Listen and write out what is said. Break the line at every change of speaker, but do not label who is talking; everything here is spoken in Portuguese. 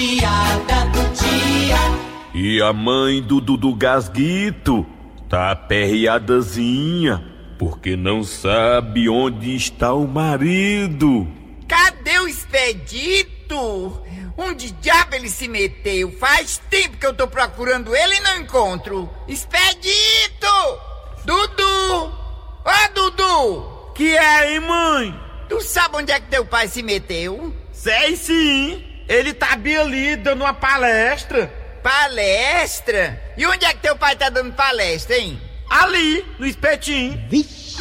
piada do dia.
E a mãe do Dudu Gasguito tá aperreadazinha, porque não sabe onde está o marido.
Cadê o expedito? Onde diabo ele se meteu? Faz tempo que eu tô procurando ele e não encontro. Expedito! Dudu! Ô, Dudu!
Que é, hein, mãe?
Tu sabe onde é que teu pai se meteu?
Sei sim. Ele tá bem ali dando uma palestra.
Palestra? E onde é que teu pai tá dando palestra, hein?
Ali, no espetinho. Vixe.